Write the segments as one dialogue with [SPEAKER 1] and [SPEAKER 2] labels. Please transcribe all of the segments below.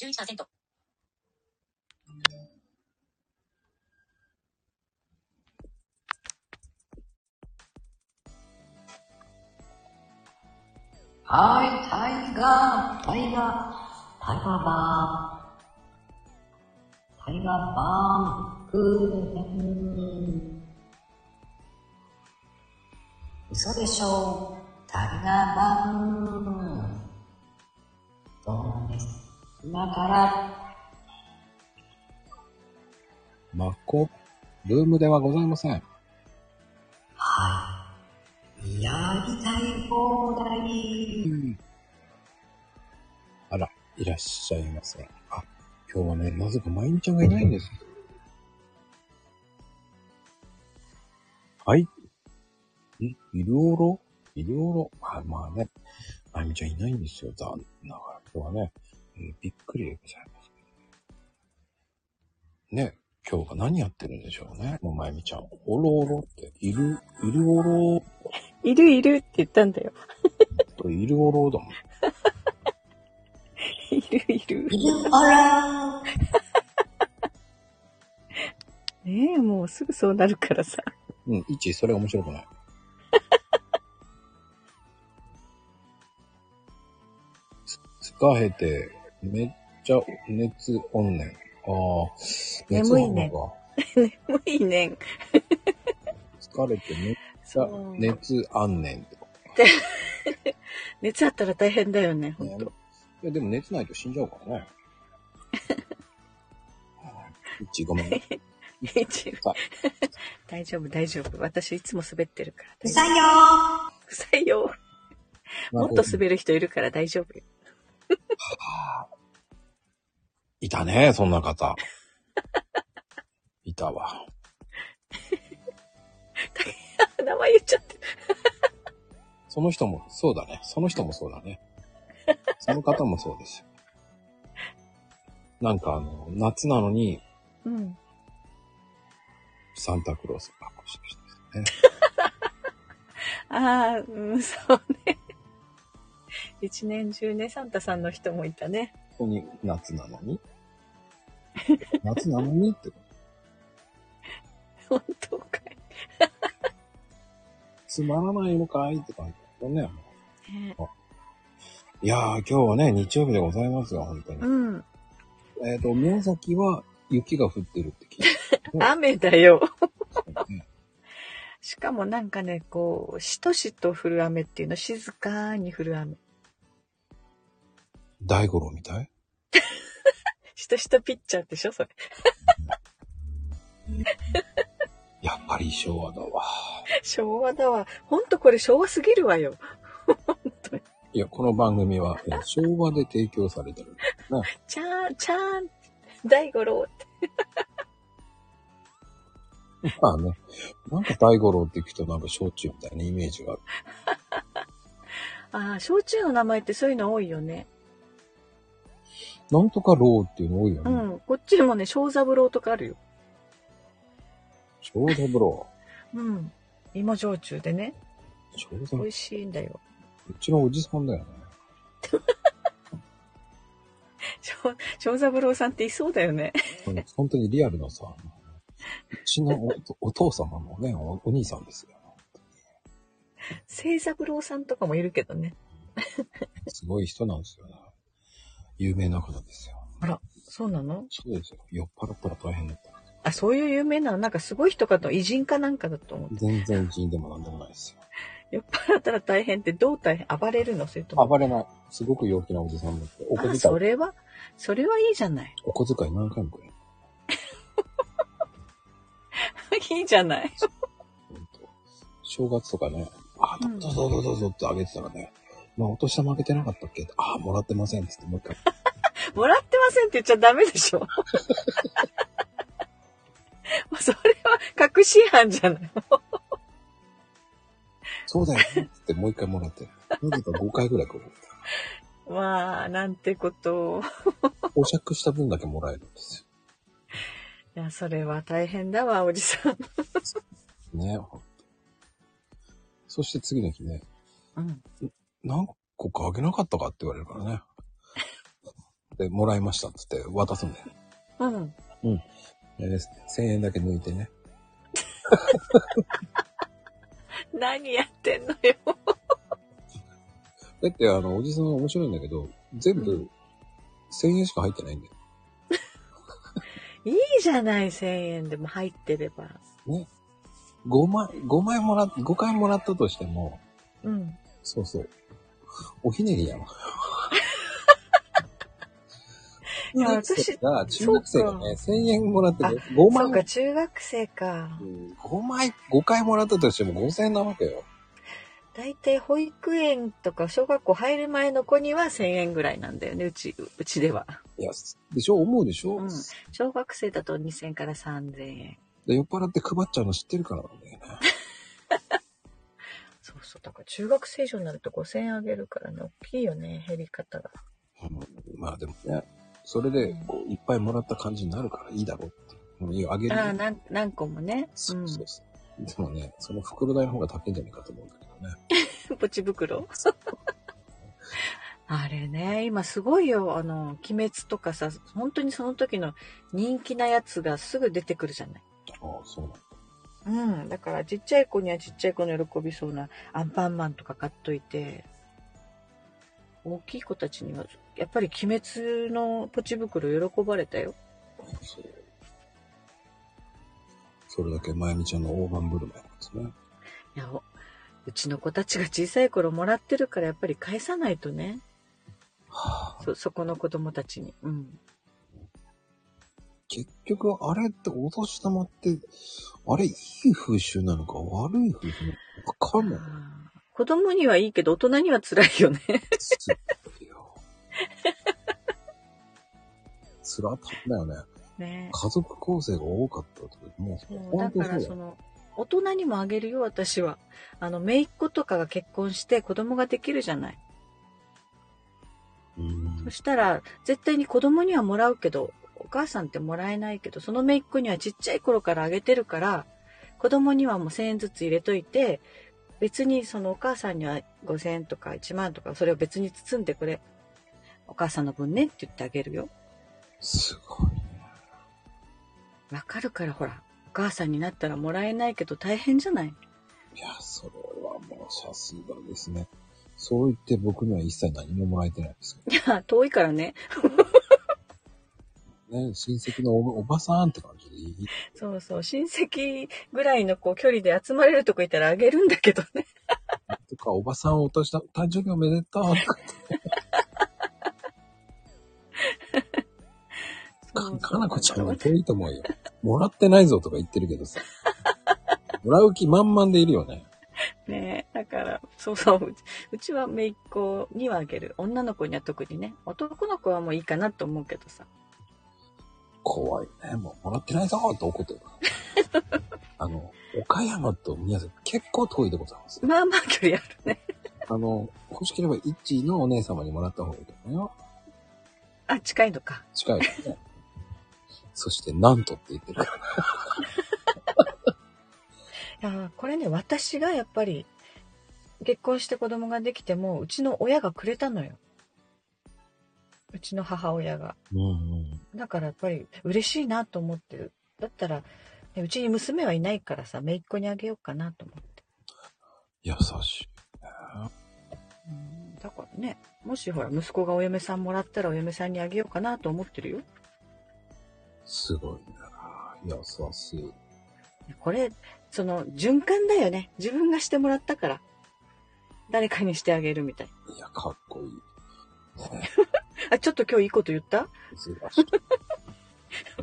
[SPEAKER 1] 11%。
[SPEAKER 2] はい、タイガー、タイガー、タイガーバーン。タイガーバーン、クーヘン。嘘でしょタイガーバーン。そうなんです。今から、
[SPEAKER 3] マコ、ルームではございません。
[SPEAKER 2] はい。やりたい放題。
[SPEAKER 3] あら、いらっしゃいませ。あ、今日はね、なぜかまゆみちゃんがいないんです。 はい。ん医療ロ医療ロあ、まあね、まゆみちゃんいないんですよ。残念ながら今日はね、えーびっくりでございますけどね。ね、今日が何やってるんでしょうね。もうまゆみちゃん、おろおろって、いる、いるおろ
[SPEAKER 4] いるいるって言ったんだよ。
[SPEAKER 3] といるおろだもん。
[SPEAKER 4] いるいる。
[SPEAKER 2] いるあらー。
[SPEAKER 4] ねえ、もうすぐそうなるからさ。
[SPEAKER 3] うん、一、それ面白くない。 つ疲れて、めっちゃ熱おんねん。ああ、熱
[SPEAKER 4] 眠い
[SPEAKER 3] おん
[SPEAKER 4] ね
[SPEAKER 3] のか。
[SPEAKER 4] もういいね
[SPEAKER 3] 疲
[SPEAKER 4] ん。
[SPEAKER 3] れてめっちゃ
[SPEAKER 4] そう
[SPEAKER 3] 熱あんねんとか。
[SPEAKER 4] 熱あったら大変だよね、ほん
[SPEAKER 3] ね
[SPEAKER 4] と。
[SPEAKER 3] いや、でも熱ないと死んじゃうからね。 一ごめ んね。
[SPEAKER 4] 一応大丈夫、大丈夫。私いつも滑ってるから。
[SPEAKER 2] う
[SPEAKER 4] 大丈
[SPEAKER 2] さいよ
[SPEAKER 4] 夫不採用。もっと滑る人いるから大丈夫よ。
[SPEAKER 3] いたね、そんな方。いたわ。
[SPEAKER 4] 名前言っちゃって。
[SPEAKER 3] その人も、そうだね。その人もそうだね。その方もそうですよ。なんかあの、夏なのに
[SPEAKER 4] うん。
[SPEAKER 3] サンタクロースの格好してる人ですね。
[SPEAKER 4] ああ、うん、そうね。一年中ね、サンタさんの人もいたね。
[SPEAKER 3] 本当に夏なのに夏なのにって、
[SPEAKER 4] 本当かい。
[SPEAKER 3] つまらないのかいって感じだね。
[SPEAKER 4] ね
[SPEAKER 3] いやー、今日はね、日曜日でございますよ、本当に
[SPEAKER 4] う。ん。
[SPEAKER 3] えっ、と、宮崎は雪が降ってるって聞いて
[SPEAKER 4] 雨だよ。
[SPEAKER 3] たね。
[SPEAKER 4] しかもなんかね、こう、しとしと降る雨っていうの、静かに降る雨。
[SPEAKER 3] 大五郎みたい
[SPEAKER 4] しとしとピッチャーでしょそれ。
[SPEAKER 3] やっぱり昭和だわ。
[SPEAKER 4] 昭和だわ。ほんとこれ昭和すぎるわよ。
[SPEAKER 3] いや、この番組は、えー昭和で提供されてる。
[SPEAKER 4] ちゃーん、ちゃーん、大五郎って。
[SPEAKER 3] まあね、なんか大五郎って聞くとなんか焼酎みたいなイメージがある。
[SPEAKER 4] ああ、焼酎の名前ってそういうの多いよね。
[SPEAKER 3] なんとかローっていうの多いよ
[SPEAKER 4] う
[SPEAKER 3] ね。
[SPEAKER 4] ん。こっちもね、小三郎とかあるよ。
[SPEAKER 3] 小三 郎。
[SPEAKER 4] うん。芋焼酎でね。
[SPEAKER 3] 小三
[SPEAKER 4] 美
[SPEAKER 3] 郎。
[SPEAKER 4] 味しいんだよ。
[SPEAKER 3] うちのおじさんだよね。
[SPEAKER 4] 小小三郎さんっていそうだよね。
[SPEAKER 3] うん本当にリアルなさ、うちのおお父様もねお、お兄さんですよ。
[SPEAKER 4] 清三郎さんとかもいるけどね。
[SPEAKER 3] すごい人なんですよね。有名な方ですよ。
[SPEAKER 4] そうなの
[SPEAKER 3] そうですよ。酔っ払ったら大変だった。
[SPEAKER 4] あ、そういう有名なのなんかすごい人かと、偉人かなんかだと思う。
[SPEAKER 3] 全然人でもなんでもないですよ。
[SPEAKER 4] 酔っ払ったら大変ってどう大変暴れるのそれとも。
[SPEAKER 3] 暴れない。すごく陽気なおじさんだって。お小
[SPEAKER 4] あ、
[SPEAKER 3] 遣
[SPEAKER 4] そ
[SPEAKER 3] い、
[SPEAKER 4] れは、それはいいじゃない。
[SPEAKER 3] お小遣い何回もくれる。
[SPEAKER 4] いいじゃない。
[SPEAKER 3] ほんと正月とかね、あ、どうぞどうぞどうぞってあげてたらね、まあ、お年玉あげてなかったっけあ、もらってませんっつって、もう一回。
[SPEAKER 4] もらってませんって言っちゃダメでしょ。 もうそれは確信犯じゃない。
[SPEAKER 3] そうだよねっつって、もう一回もらって。なぜか5回ぐらい来る。
[SPEAKER 4] まあ、なんてことを。
[SPEAKER 3] お酌した分だけもらえるんです
[SPEAKER 4] いや、それは大変だわ、おじさん。
[SPEAKER 3] よ。ね、ほんとそして次の日ね、
[SPEAKER 4] うん。
[SPEAKER 3] 何個かあげなかったかって言われるからね。で、もらいましたって言って渡すんだよ。
[SPEAKER 4] うん。
[SPEAKER 3] えー1000円だけ抜いてね。
[SPEAKER 4] 何やってんのよ。
[SPEAKER 3] だって、あの、おじさんは面白いんだけど、全
[SPEAKER 4] う
[SPEAKER 3] 部、1000円しか入ってないんだよ。
[SPEAKER 4] いいじゃない、1000円でも入ってれば。
[SPEAKER 3] 5枚、5枚もらっ、5回もらったとしても、
[SPEAKER 4] うん。
[SPEAKER 3] そうそう。おひねりやろ。
[SPEAKER 4] いや
[SPEAKER 3] 中学生
[SPEAKER 4] 私
[SPEAKER 3] が、中学生がね、1000円もらって
[SPEAKER 4] あ
[SPEAKER 3] 5
[SPEAKER 4] そうか、
[SPEAKER 3] 枚、
[SPEAKER 4] 中学生か。
[SPEAKER 3] 5枚、5回もらったとしても5000円なわけよ。
[SPEAKER 4] 大体保育園とか小学校入る前の子には1000円ぐらいなんだよね、うち、うちでは。
[SPEAKER 3] いや、でしょ思うでしょ、
[SPEAKER 4] うん
[SPEAKER 3] で
[SPEAKER 4] 小学生だと2000から3000円。
[SPEAKER 3] 酔っ払って配っちゃうの知ってるからなんだよね。
[SPEAKER 4] そうそう。だから中学生以上になると5000円あげるからね、大きいよね、減り方が。
[SPEAKER 3] うんまあでもね、それでこういっぱいもらった感じになるからいいだろうって。もういいよ、あげるよ。
[SPEAKER 4] ああ、なん何個もね。う。
[SPEAKER 3] そうそうんそう。でもね、その袋代の方が高いんじゃないかと思うんだけどね。
[SPEAKER 4] ポチ袋 あれね、今すごいよ、あの、鬼滅とかさ、本当にその時の人気なやつがすぐ出てくるじゃない。
[SPEAKER 3] ああ、そうなんだ。
[SPEAKER 4] うん、だからちっちゃい子にはちっちゃい子の喜びそうなアンパンマンとか買っといて大きい子たちにはやっぱり「鬼滅」のポチ袋喜ばれたよ
[SPEAKER 3] そうそれだけ、まゆみちゃんの大盤振る舞いなんですね。
[SPEAKER 4] いやおうちの子たちが小さい頃もらってるからやっぱり返さないとね
[SPEAKER 3] はあ、
[SPEAKER 4] そそこの子供たちにうん
[SPEAKER 3] 結局、あれってお年玉って、あれいい風習なのか悪い風習なのかわかんない。
[SPEAKER 4] あー子供にはいいけど大人には辛いよね
[SPEAKER 3] すっげえよ。 つらかったよね。
[SPEAKER 4] ね
[SPEAKER 3] 家族構成が多かったとか、もう
[SPEAKER 4] そうだ
[SPEAKER 3] 本当
[SPEAKER 4] から
[SPEAKER 3] そ
[SPEAKER 4] そう
[SPEAKER 3] だ。
[SPEAKER 4] の大人にもあげるよ私はあの姪っ子とかが結婚して子供ができるじゃない
[SPEAKER 3] うん
[SPEAKER 4] そしたら、絶対に子供にはもらうけど、お母さんってもらえないけど、その姪っ子にはちっちゃい頃からあげてるから、子供にはもう1000円ずつ入れといて、別にそのお母さんには5000円とか1万とか、それを別に包んでくれ。お母さんの分ねって言ってあげるよ。
[SPEAKER 3] すごいね。
[SPEAKER 4] わかるからほら、お母さんになったらもらえないけど大変じゃない
[SPEAKER 3] いや、それはもうさすがですね。そう言って僕には一切何ももらえてないんです
[SPEAKER 4] いや、遠いからね。
[SPEAKER 3] よね。親戚のおおばさんって感じでいい。
[SPEAKER 4] そうそう、親戚ぐらいのこう距離で集まれるとこいたらあげるんだけどね。
[SPEAKER 3] とか、おばさんお年玉、誕生日おめでとうと か
[SPEAKER 4] そうそう
[SPEAKER 3] か、かなこちゃんは遠いと思うよ。もらってないぞとか言ってるけどさ。もらう気満々でいるよね。
[SPEAKER 4] ねえ、だから、そうそう、うちうちは姪っ子にはあげる。女の子には特にね。男の子はもういいかなと思うけどさ。
[SPEAKER 3] 怖いね。もう、もらってないぞって怒 ってる。あの、岡山と宮崎、結構遠いでございます。
[SPEAKER 4] まあまあ距離あるね。
[SPEAKER 3] あの、欲しければ、一位のお姉様にもらった方がいいと思うよ。
[SPEAKER 4] あ、近いのか。
[SPEAKER 3] 近いから ね。そして、なんとって言ってるから。
[SPEAKER 4] いやー、これね、私がやっぱり、結婚して子供ができても、うちの親がくれたのよ。うちの母親が。
[SPEAKER 3] うんうん。
[SPEAKER 4] だからやっぱり嬉しいなと思ってる。だったら、ねうちに娘はいないからさ、姪っ子にあげようかなと思って。
[SPEAKER 3] 優しい。
[SPEAKER 4] うんだからね、もしほら、息子がお嫁さんもらったらお嫁さんにあげようかなと思ってるよ。
[SPEAKER 3] すごいな。優しい。
[SPEAKER 4] これ、その、循環だよね。自分がしてもらったから。誰かにしてあげるみたい。
[SPEAKER 3] いや、かっこいい。ね
[SPEAKER 4] あ、ちょっと今日いいこと言った
[SPEAKER 3] 素晴らしい。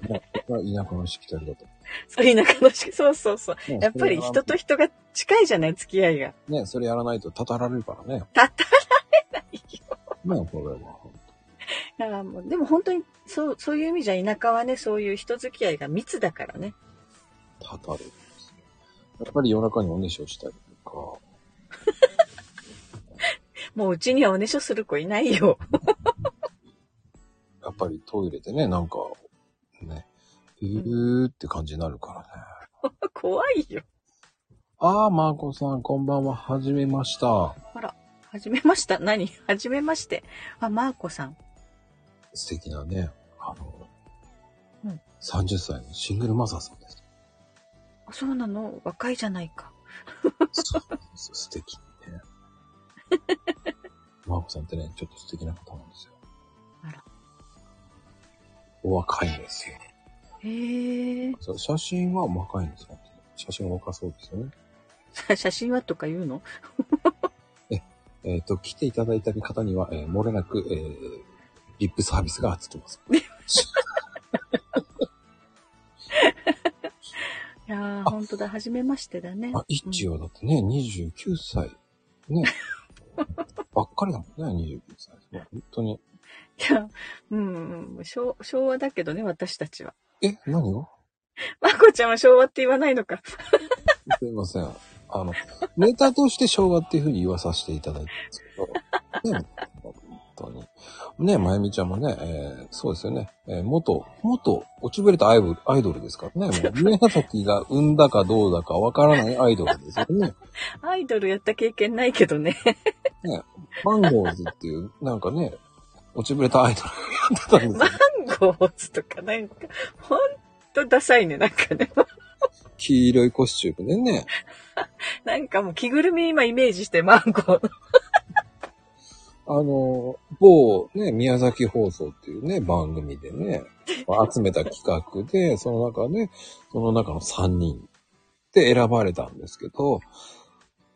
[SPEAKER 3] もう、これは田舎のしきたりだと。
[SPEAKER 4] そう、田舎の式 そうそうそう。
[SPEAKER 3] ね
[SPEAKER 4] やっぱり人と。人が近いじゃない、付き合いが。
[SPEAKER 3] それはね、それやらないと、たたられるからね。
[SPEAKER 4] たたられないよ。
[SPEAKER 3] まあ、これは本
[SPEAKER 4] だからもう、でも本当に、そう、そういう意味じゃ田舎はね、そういう人付き合いが密だからね。
[SPEAKER 3] 当、たたれるんですよ。やっぱり夜中におねしょしたりとか。
[SPEAKER 4] もううちにはおねしょする子いないよ。
[SPEAKER 3] やっぱりトイレでね、なんか、ね、うーって感じになるからね。
[SPEAKER 4] 怖いよ。
[SPEAKER 3] ああ、マーコさん、こんばんは。はじめました。
[SPEAKER 4] ほら、はじめました。何はじめまして。あ、マーコさん。
[SPEAKER 3] 素敵なね、あの、
[SPEAKER 4] うん
[SPEAKER 3] 30歳のシングルマザーさんです。
[SPEAKER 4] あそうなの若いじゃないか。
[SPEAKER 3] そうなんですよ素敵ね。マーコさんってね、ちょっと素敵な方なんですよ。
[SPEAKER 4] あら
[SPEAKER 3] お若いんですよ。
[SPEAKER 4] へえ。
[SPEAKER 3] そう写真は若いんですよ。写真は若そうですよね。
[SPEAKER 4] さ 写真はとか言うの
[SPEAKER 3] えっ、と、来ていただいた方には、えー漏れなく、えーリップサービスがつきます。
[SPEAKER 4] いやー、
[SPEAKER 3] あ
[SPEAKER 4] 本当だ。初めましてだね。
[SPEAKER 3] あ、一致はだってね、29歳。 ね。ばっかりだもんね、29歳。本当に。
[SPEAKER 4] いや、うん、うん昭、昭和だけどね、私たちは。
[SPEAKER 3] え、何が
[SPEAKER 4] まこちゃんは昭和って言わないのか。
[SPEAKER 3] すいません。あの、ネタとして昭和っていうふうに言わさせていただいてるんですけど、ね、本当に。ね、まゆみちゃんもね、えーそうですよね、えー元、元、落ちぶれたアイドルアイドルですからね、もう、宮崎が生んだかどうだかわからないアイドルですよね。
[SPEAKER 4] アイドルやった経験ないけどね。
[SPEAKER 3] マンゴーズっていう、なんかね、落ちぶれたアイドルをやってたんですよ。
[SPEAKER 4] マンゴーズとかなんか、ほんとダサいね、なんかね。
[SPEAKER 3] 黄色いコスチュームでね。
[SPEAKER 4] なんかもう着ぐるみ今イメージして、マンゴー。
[SPEAKER 3] あの、某ね、宮崎放送っていうね、番組でね、集めた企画で、 その中ね、その中の3人で選ばれたんですけど、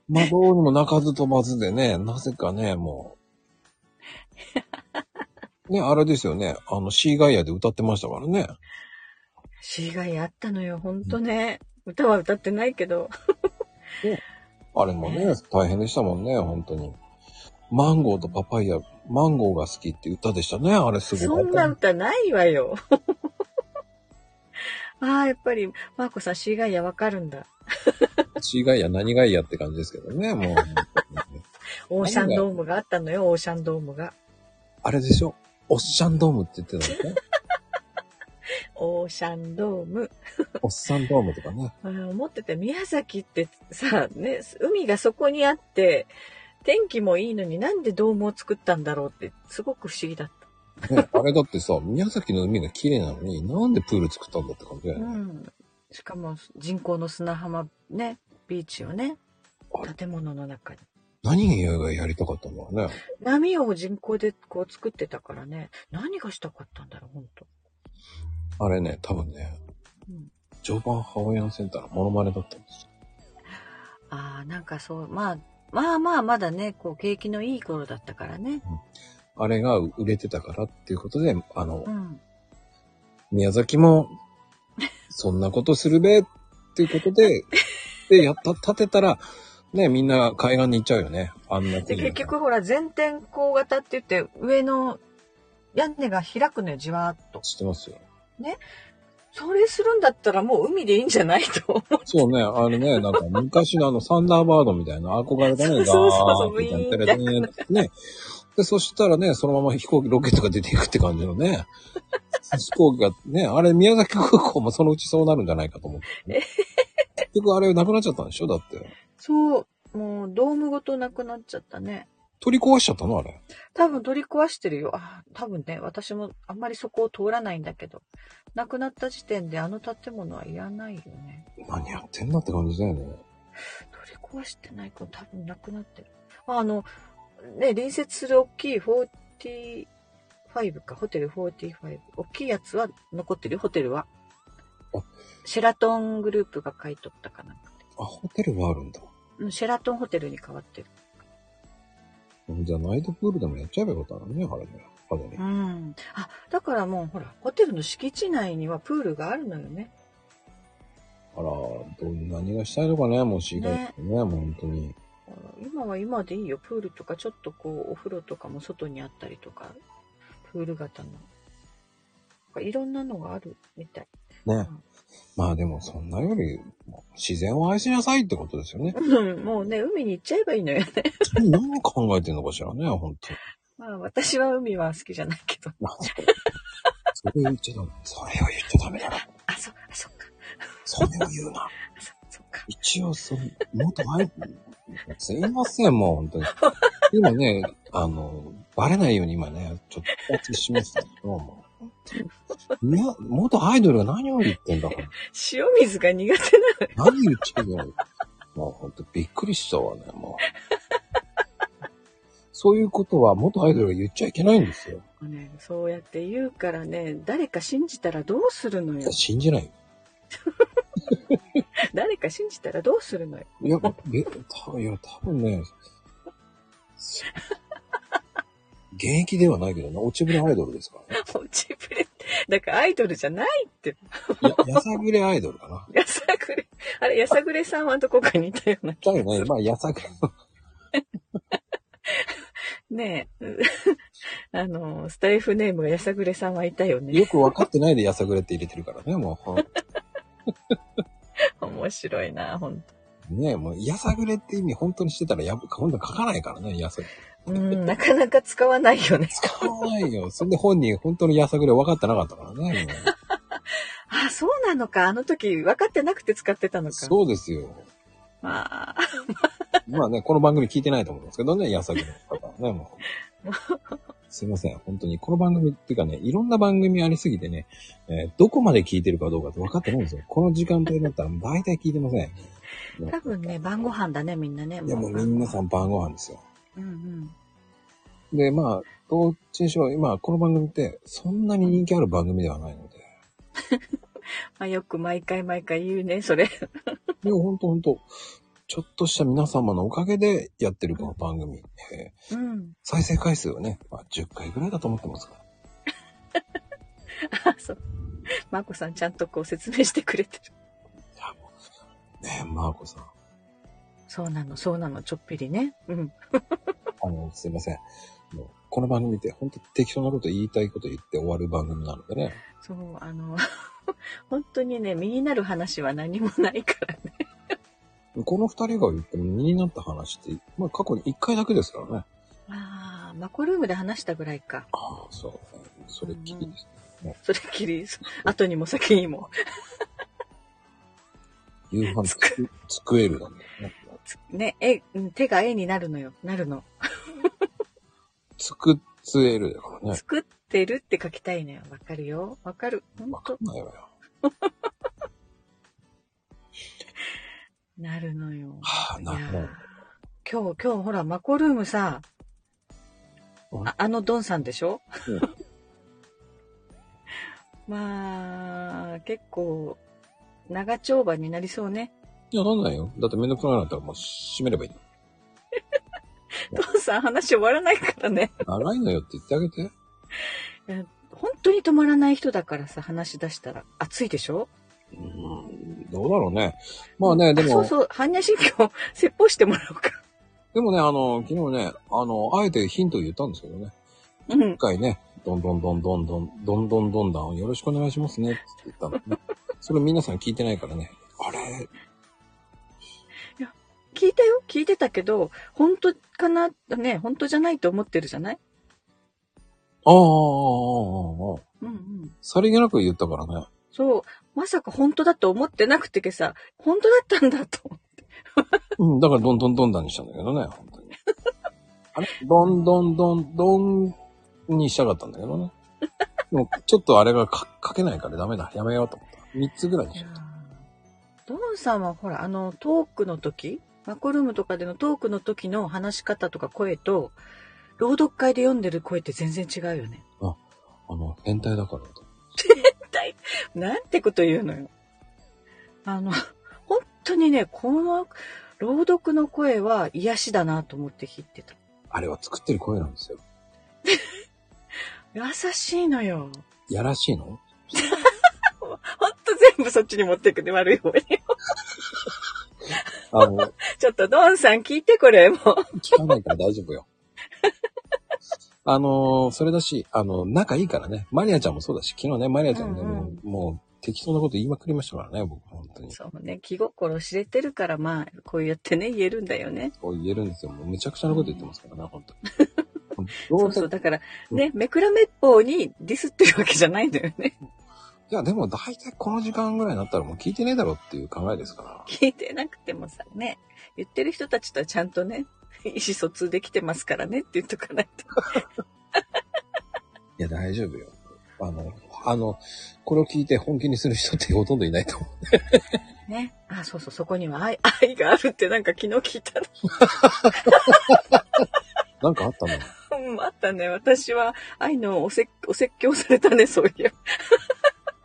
[SPEAKER 3] まあどうにも泣かず飛ばずでね、なぜかね、もう、ね、あれですよね、あの、シーガイアで歌ってましたからね。
[SPEAKER 4] シーガイあったのよ、ほんとね。歌は歌ってないけど。
[SPEAKER 3] あれもね、大変でしたもんね、本当に。マンゴーとパパイヤ、マンゴーが好きって歌でしたね、あれすごか
[SPEAKER 4] そ
[SPEAKER 3] った。
[SPEAKER 4] んな歌ないわよ。 ああ、やっぱり、マーコさん、シーガイアわかるんだ。
[SPEAKER 3] シーガイア何ガイアって感じですけどね、 もう。
[SPEAKER 4] オーシャンドームがあったのよ、オーシャンドームが。
[SPEAKER 3] あれでしょオッシャンドームって言ってたんですね。
[SPEAKER 4] オーシャンドーム。
[SPEAKER 3] オッサンドームとかね。
[SPEAKER 4] あの思ってて、宮崎ってさ、ね、海がそこにあって、天気もいいのになんでドームを作ったんだろうって、すごく不思議だった。
[SPEAKER 3] ねあれだってさ、宮崎の海が綺麗なのに、なんでプール作ったんだって感じだよ
[SPEAKER 4] う
[SPEAKER 3] ね。
[SPEAKER 4] ん。しかも、人工の砂浜、ね、ビーチをね
[SPEAKER 3] あ、
[SPEAKER 4] 建物の中に。
[SPEAKER 3] 何がやりたかったんだろうね。
[SPEAKER 4] 波を人工でこう作ってたからね、何がしたかったんだろう、本当
[SPEAKER 3] あれね、多分ね、
[SPEAKER 4] うん
[SPEAKER 3] 常磐ハワイアンセンターのモノマネだったんですよ。
[SPEAKER 4] ああ、なんかそう、まあ、まあまあ、まだね、こう、景気のいい頃だったからね。
[SPEAKER 3] あれが売れてたからっていうことで、あの
[SPEAKER 4] う、ん。
[SPEAKER 3] 宮崎も、そんなことするべっていうこと で、で、やった、立てたら、ね、みんな海岸に行っちゃうよね。あんな
[SPEAKER 4] で、
[SPEAKER 3] 国だ
[SPEAKER 4] 結
[SPEAKER 3] から
[SPEAKER 4] 局ほら、全天候型って言って、上の屋根が開くのよ、じわーっと。
[SPEAKER 3] 知ってますよ。
[SPEAKER 4] それするんだったらもう海でいいんじゃないと思う。
[SPEAKER 3] そうね、あのね、なんか昔のあのサンダーバードみたいな憧れだね、
[SPEAKER 4] そうそうそう
[SPEAKER 3] ガーッて
[SPEAKER 4] ウィーン
[SPEAKER 3] テレテレってね。で、そしたらね、そのまま飛行機、ロケットが出ていくって感じのね。飛行機がね、あれ宮崎空港もそのうちそうなるんじゃないかと思って、ね。結局あれなくなっちゃったんでしょだって。
[SPEAKER 4] そう、もうドームごとなくなっちゃったね。
[SPEAKER 3] 取り壊しちゃったのあれ。
[SPEAKER 4] 多分取り壊してるよ。あー多分ね、私もあんまりそこを通らないんだけど。亡くなった時点であの建物はいらないよね。
[SPEAKER 3] 何やってんだって感じだよね。
[SPEAKER 4] 取り壊してないから多分なくなってる。あの、ね、隣接する大きい45か、ホテル45。大きいやつは残ってるよ、ホテルは
[SPEAKER 3] あ。
[SPEAKER 4] シェラトングループが買い取ったかなんかで
[SPEAKER 3] あ、ホテルがあるんだ。
[SPEAKER 4] うん、シェラトンホテルに変わってる。
[SPEAKER 3] じゃあナイトプールでもやっちゃえばよかったのね、あれね。あれね
[SPEAKER 4] うん。あ、だからもうほら、ホテルの敷地内にはプールがあるのよね。
[SPEAKER 3] あら、どう何がしたいのかね、もうシーガイってね、もう本当に。
[SPEAKER 4] あの今は今でいいよ。プールとか、ちょっとこう、お風呂とかも外にあったりとか、プール型の。なんかいろんなのがあるみたい。。
[SPEAKER 3] ね。まあでもそんなより、自然を愛しなさいってことですよね
[SPEAKER 4] うん、もうね、海に行っちゃえばいいのよね。
[SPEAKER 3] 何考えてんのかしらね、本当に。
[SPEAKER 4] まあ、私は海は好きじゃないけど。
[SPEAKER 3] まあそれそれを言っちゃダメ。それを言っちゃダメだな。
[SPEAKER 4] あ、そ、あそっか。
[SPEAKER 3] それを言うな。
[SPEAKER 4] あそ、そっか。
[SPEAKER 3] 一応、その、元アイすいません、もう本当に。今ね、あの、バレないように今ね、ちょっとお察ししましたけど、もう。いや、元アイドルが何を言ってんだから。
[SPEAKER 4] 塩水が苦手な
[SPEAKER 3] 何言ってんのもうほんとびっくりしたわね、もう。そういうことは元アイドルが言っちゃいけないんですよ。
[SPEAKER 4] のね。そうやって言うからね、誰か信じたらどうするのよ。
[SPEAKER 3] 信じないよ。
[SPEAKER 4] 誰か信じたらどうするのよ。
[SPEAKER 3] いや、え、たいや、多分ね、現役ではないけどね、落ちぶれアイドルですからね。
[SPEAKER 4] 落ちぶれって。だからアイドルじゃないって。
[SPEAKER 3] いや、やさぐれアイドルかな。
[SPEAKER 4] やさぐれ。あれ、やさぐれさんはどこかにいたような。
[SPEAKER 3] だよね、まあ、やさぐれの
[SPEAKER 4] ねえ。 うあの、スタイフネームがやさぐれさんはいたよね。
[SPEAKER 3] よく分かってないでやさぐれって入れてるからね、もうほん。
[SPEAKER 4] 面白いな、ほんと。
[SPEAKER 3] ねもう、やさぐれって意味本当にしてたらやぶ、今度書かないからね、やさぐれ。
[SPEAKER 4] うん、なかなか使わないよね。
[SPEAKER 3] 使わないよ。 そんで本人本当にやさぐれ分かってなかったからね。 もう
[SPEAKER 4] あ、そうなのか。あの時、分かってなくて使ってたのか。
[SPEAKER 3] そうですよ。
[SPEAKER 4] まあ、
[SPEAKER 3] まあね、この番組聞いてないと思うんですけどね、やさぐれの方はね、もう。 すいません、本当に。この番組っていうかね、いろんな番組ありすぎてね、えーどこまで聞いてるかどうかって分かってないんですよ。この時間帯だったら大体聞いてません。
[SPEAKER 4] 多分ね、晩ご飯だね、みんなね。
[SPEAKER 3] いや、もう皆さん晩ご飯ですよ。
[SPEAKER 4] うんうん。
[SPEAKER 3] で、まあ、どっちにしろ、今、この番組って、そんなに人気ある番組ではないので。
[SPEAKER 4] まあ、よく毎回毎回言うね、それ。
[SPEAKER 3] いや、ほんとほんと、ちょっとした皆様のおかげでやってるこの番組。えー
[SPEAKER 4] うん。
[SPEAKER 3] 再生回数はね、まあ、10回ぐらいだと思ってますから。
[SPEAKER 4] あ、 そう。マーコさんちゃんとこう説明してくれてる。
[SPEAKER 3] いや、もう、ねえ、マーコさん。
[SPEAKER 4] そうなの、そうなの、ちょっぴりね。うん。
[SPEAKER 3] あの、すいません。もうこの番組って本当適当なこと言いたいこと言って終わる番組なのでね。
[SPEAKER 4] そう、あの、 本当にね、身になる話は何もないからね。
[SPEAKER 3] この二人が言っても身になった話って、まあ過去に一回だけですからね。
[SPEAKER 4] ああ、マコルームで話したぐらいか。
[SPEAKER 3] ああ、そう。それっきりです。
[SPEAKER 4] それっきり、そ後にも先にも。
[SPEAKER 3] 夕飯つく、作えるなんだよね。
[SPEAKER 4] ね、え、うん手が絵になるのよ。なるの。
[SPEAKER 3] つくつえるだからね。
[SPEAKER 4] 作ってるって書きたいのよ。わかるよ。わかる。本
[SPEAKER 3] わか
[SPEAKER 4] 当
[SPEAKER 3] んないわよ。
[SPEAKER 4] なるのよ。
[SPEAKER 3] はあ、
[SPEAKER 4] いや
[SPEAKER 3] なるほど
[SPEAKER 4] ー。今日、今日ほら、マコルームさ、
[SPEAKER 3] うん
[SPEAKER 4] ああのドンさんでしょ、
[SPEAKER 3] うん
[SPEAKER 4] まあ、結構、長丁場になりそうね。
[SPEAKER 3] いや、なんないよ。だってめんどくさくなったらもう閉めればいいの。
[SPEAKER 4] ドンさん話終わらないからね。
[SPEAKER 3] 長いのよって言ってあげて。
[SPEAKER 4] 本当に止まらない人だからさ、話し出したら。熱いでしょ
[SPEAKER 3] うん、どうだろうね。まあね、でも。
[SPEAKER 4] そうそう、般若心経、 説法してもらおうか。
[SPEAKER 3] でもね、あの、昨日ね、あの、あえてヒントを言ったんですけどね。
[SPEAKER 4] うん
[SPEAKER 3] 今。回ね、どんどんどんどんどん、どんどんどんどんよろしくお願いしますねって言ったのね。 それ皆さん聞いてないからね。あれ
[SPEAKER 4] 聞いたよ聞いてたけど、本当かなね、本当じゃないと思ってるじゃない
[SPEAKER 3] ああ、ああ、ああ、ああ。
[SPEAKER 4] うんうん。
[SPEAKER 3] さりげなく言ったからね。
[SPEAKER 4] そう。まさか本当だと思ってなくてけさ、本当だったんだと。
[SPEAKER 3] うん、だからどんどんどんだんにしたんだけどね、本当に。あれどんどんどんどんにしたかったんだけどね。でもちょっとあれがか書けないからダメだ。やめようと思った。3つぐらいにしよ
[SPEAKER 4] ドンさんはほら、あの、トークの時、マコルームとかでのトークの時の話し方とか声と、朗読会で読んでる声って全然違うよね。
[SPEAKER 3] う。あの、変態だからだと。
[SPEAKER 4] なんてこと言うのよ。あの、本当にね、この朗読の声は癒しだなと思って聞いてた。
[SPEAKER 3] あれは作ってる声なんですよ。
[SPEAKER 4] 優しいのよ。
[SPEAKER 3] やらしいの
[SPEAKER 4] ほんと全部そっちに持ってくね、悪い方に。
[SPEAKER 3] あの、
[SPEAKER 4] ちょっとドンさん聞いてこれ、もう。
[SPEAKER 3] 聞かないから大丈夫よ。あのーそれだし、あの、仲いいからね。マリアちゃんもそうだし、昨日ね、マリアちゃんね、
[SPEAKER 4] うんうん
[SPEAKER 3] もう、もう適当なこと言いまくりましたからね、僕、本当に。そ
[SPEAKER 4] そうね、気心知れてるから、まあ、こうやってね、言えるんだよね。
[SPEAKER 3] う言えるんですよ。もうむちゃくちゃなこと言ってますからね、本当に。ど
[SPEAKER 4] そう
[SPEAKER 3] うせ、
[SPEAKER 4] そう、
[SPEAKER 3] い
[SPEAKER 4] だから、ね、めくらめっぽうにディスってるわけじゃないんだよね。
[SPEAKER 3] や、でも大体この時間ぐらいになったらもう聞いてねえだろっていう考えですから。
[SPEAKER 4] 聞いてなくてもさ、ね、言ってる人たちとはちゃんとね、意思疎通できてますからねって言っとかないと。
[SPEAKER 3] いや、大丈夫よ。あの、あの、これを聞いて本気にする人ってほとんどいないと思う。
[SPEAKER 4] ね。あ、そうそう、そこには愛、 愛があるってなんか昨日聞いたの。
[SPEAKER 3] なんかあったの
[SPEAKER 4] うん、あったね。私は愛のおせお説教されたね、そういや。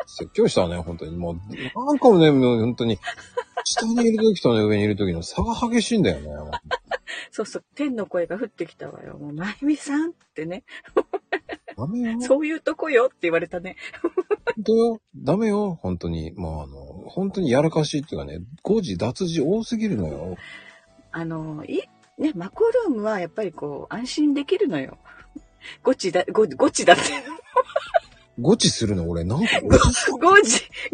[SPEAKER 3] 説教したね、本当に。もう、なんかもね、もう本 当に、下にいる時とね、上にいる時の差が激しいん だよね。
[SPEAKER 4] そうそう、天の声が降ってきたわよ。もう、まゆみさんってね。
[SPEAKER 3] ダメよ。
[SPEAKER 4] そういうとこよって言われたね。
[SPEAKER 3] 本当よ。ダメよ。本当に。まあ、あの、本当にやらかしいっていうかね、誤字脱字多すぎるのよ。
[SPEAKER 4] あの、い、ね、マコルームはやっぱりこう、安心できるのよ。ゴチだ、ゴゴチだ って。
[SPEAKER 3] 誤字するの俺、なんか、
[SPEAKER 4] ゴチ、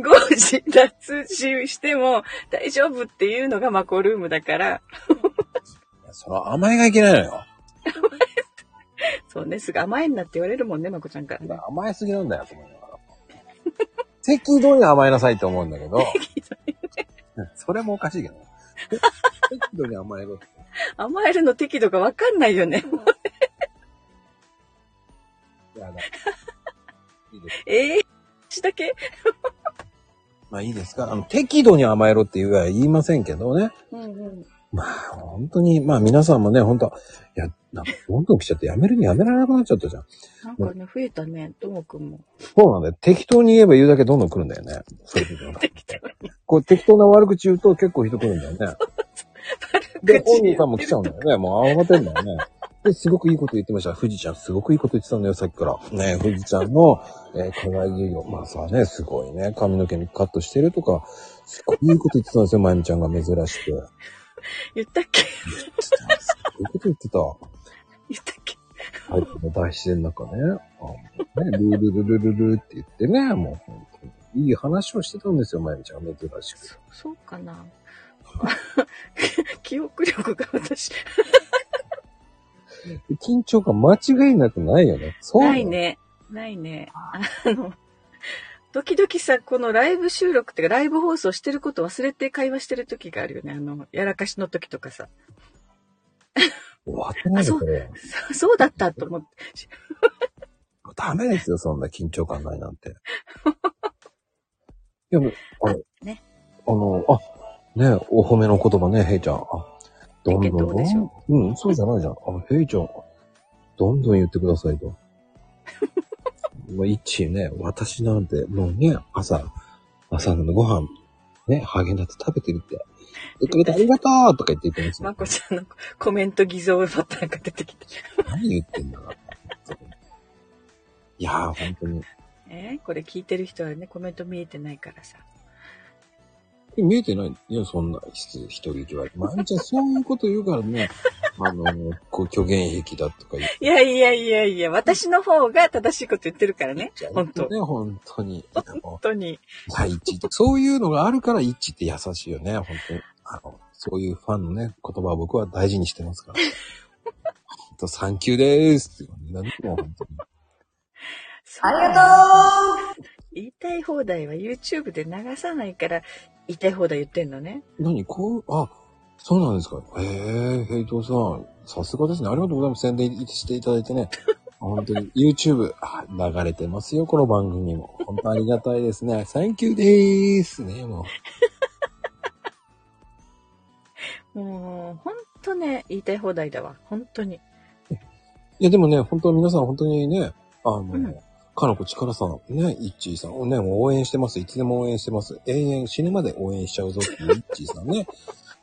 [SPEAKER 4] ゴチ脱字しても大丈夫っていうのがマコルームだから、
[SPEAKER 3] その甘えがいけないのよ。
[SPEAKER 4] そうね、すぐ甘えんなって言われるもんね、マコちゃんからね。
[SPEAKER 3] 甘えすぎなんだよ、と 思いながら。適度に甘えなさいと思うんだけど。 それもおかしいけど。適度に甘える。
[SPEAKER 4] 甘えるの適度がわかんないよ ね。
[SPEAKER 3] いやだいいです
[SPEAKER 4] ええ私だけ
[SPEAKER 3] まあいいですか。あの、適度に甘えろっていうは言いませんけどね。
[SPEAKER 4] うんうん。
[SPEAKER 3] まあ本当に、まあ皆さんもね、本当いや、なんかどんどん来ちゃってやめるにやめられなくなっちゃったじゃん。
[SPEAKER 4] なんかね、増えたね、ともくんも。
[SPEAKER 3] そうなんだよ。適当に言えば言うだけどんどん来るんだよね。そういうことなんだ
[SPEAKER 4] できたわ
[SPEAKER 3] こう適当な悪口言うと結構人来るんだよね。で、本人さんも来ちゃうんだよね。もう慌てんだよね。で、すごくいいこと言ってました。富士ちゃん、すごくいいこと言ってたんだよ、さっきから。ね、富士ちゃんの、えー、河合授業。まあさ、ね、すごいね。髪の毛にカットしてるとか、すごいいいこと言ってたんですよ、まゆみちゃんが珍しく。
[SPEAKER 4] 言ったっけ
[SPEAKER 3] すごいこと言ってた。
[SPEAKER 4] 言ったっけ
[SPEAKER 3] はい、もう大自然の中ね。あね、ルールルルルルって言ってね、もう本当に。いい話をしてたんですよ、まゆみちゃんが珍しく。
[SPEAKER 4] そうかな。 記憶力が私、
[SPEAKER 3] で緊張が間違いなくないよね。そう
[SPEAKER 4] ない。ね。ないね。あの、時々さ、このライブ収録っていうか、ライブ放送してること忘れて会話してる時があるよね。あの、やらかしの時とかさ。
[SPEAKER 3] 終わってない
[SPEAKER 4] あそ
[SPEAKER 3] よ、
[SPEAKER 4] う
[SPEAKER 3] これ。
[SPEAKER 4] そそうだったと思って。
[SPEAKER 3] ダメですよ、そんな緊張感ないなんて。いや、もう、あの、
[SPEAKER 4] ね
[SPEAKER 3] あの、あ、ねお褒めの言葉ね、ヘイちゃん。あ、どんどんど
[SPEAKER 4] 適当でし
[SPEAKER 3] ん
[SPEAKER 4] ょ。
[SPEAKER 3] うん、そうじゃないじゃん。あ、ヘイちゃん、どんどん言ってくださいと。もう一位ね、私なんて、もうね、朝、朝のご飯、ね、ハーゲンダッツ食べてるって。言ってくれてありがとうとか言って言ってますよ
[SPEAKER 4] ま。こちゃんのコメント偽造パターンが出てきた。
[SPEAKER 3] 何言ってんだか。いやー、本当に。
[SPEAKER 4] えーこれ聞いてる人はね、コメント見えてないからさ。
[SPEAKER 3] 見えてないよ、そんな、一人言われて。まゆみちゃん、そういうこと言うからね、 あの、こう、虚言癖だとか言っ
[SPEAKER 4] いやいやいやいや、私の方が正しいこと言ってるからね。
[SPEAKER 3] ちゃう。
[SPEAKER 4] 本当
[SPEAKER 3] ね、本当に。あの
[SPEAKER 4] 本当に。
[SPEAKER 3] まあ一致そういうのがあるから、一致って優しいよね、本当に。あの、そういうファンのね、言葉を僕は大事にしてます から。本当、サンキューでーすって感じだね、もう本当に。
[SPEAKER 2] ありがとう
[SPEAKER 4] 言いたい放題は YouTube で流さないから、言いたい放題言ってんのね。
[SPEAKER 3] 何こう、あ、そうなんですか。へえ、ヘイトさん、さすがですね。ありがとうございます。宣伝していただいてね。 本当に YouTube、あ流れてますよ、この番組も。本当ありがたいですね。サンキューでーすね、も
[SPEAKER 4] もう、ほんとね、言いたい放題だわ。本当に。
[SPEAKER 3] う。いや、でもね、本当皆さん本当にね、あの、
[SPEAKER 4] うん
[SPEAKER 3] かのこちからさん、ね、イッチーさん、ね、応援してます。いつでも応援してます。永遠、死ぬまで応援しちゃうぞっていうイッチーさんね。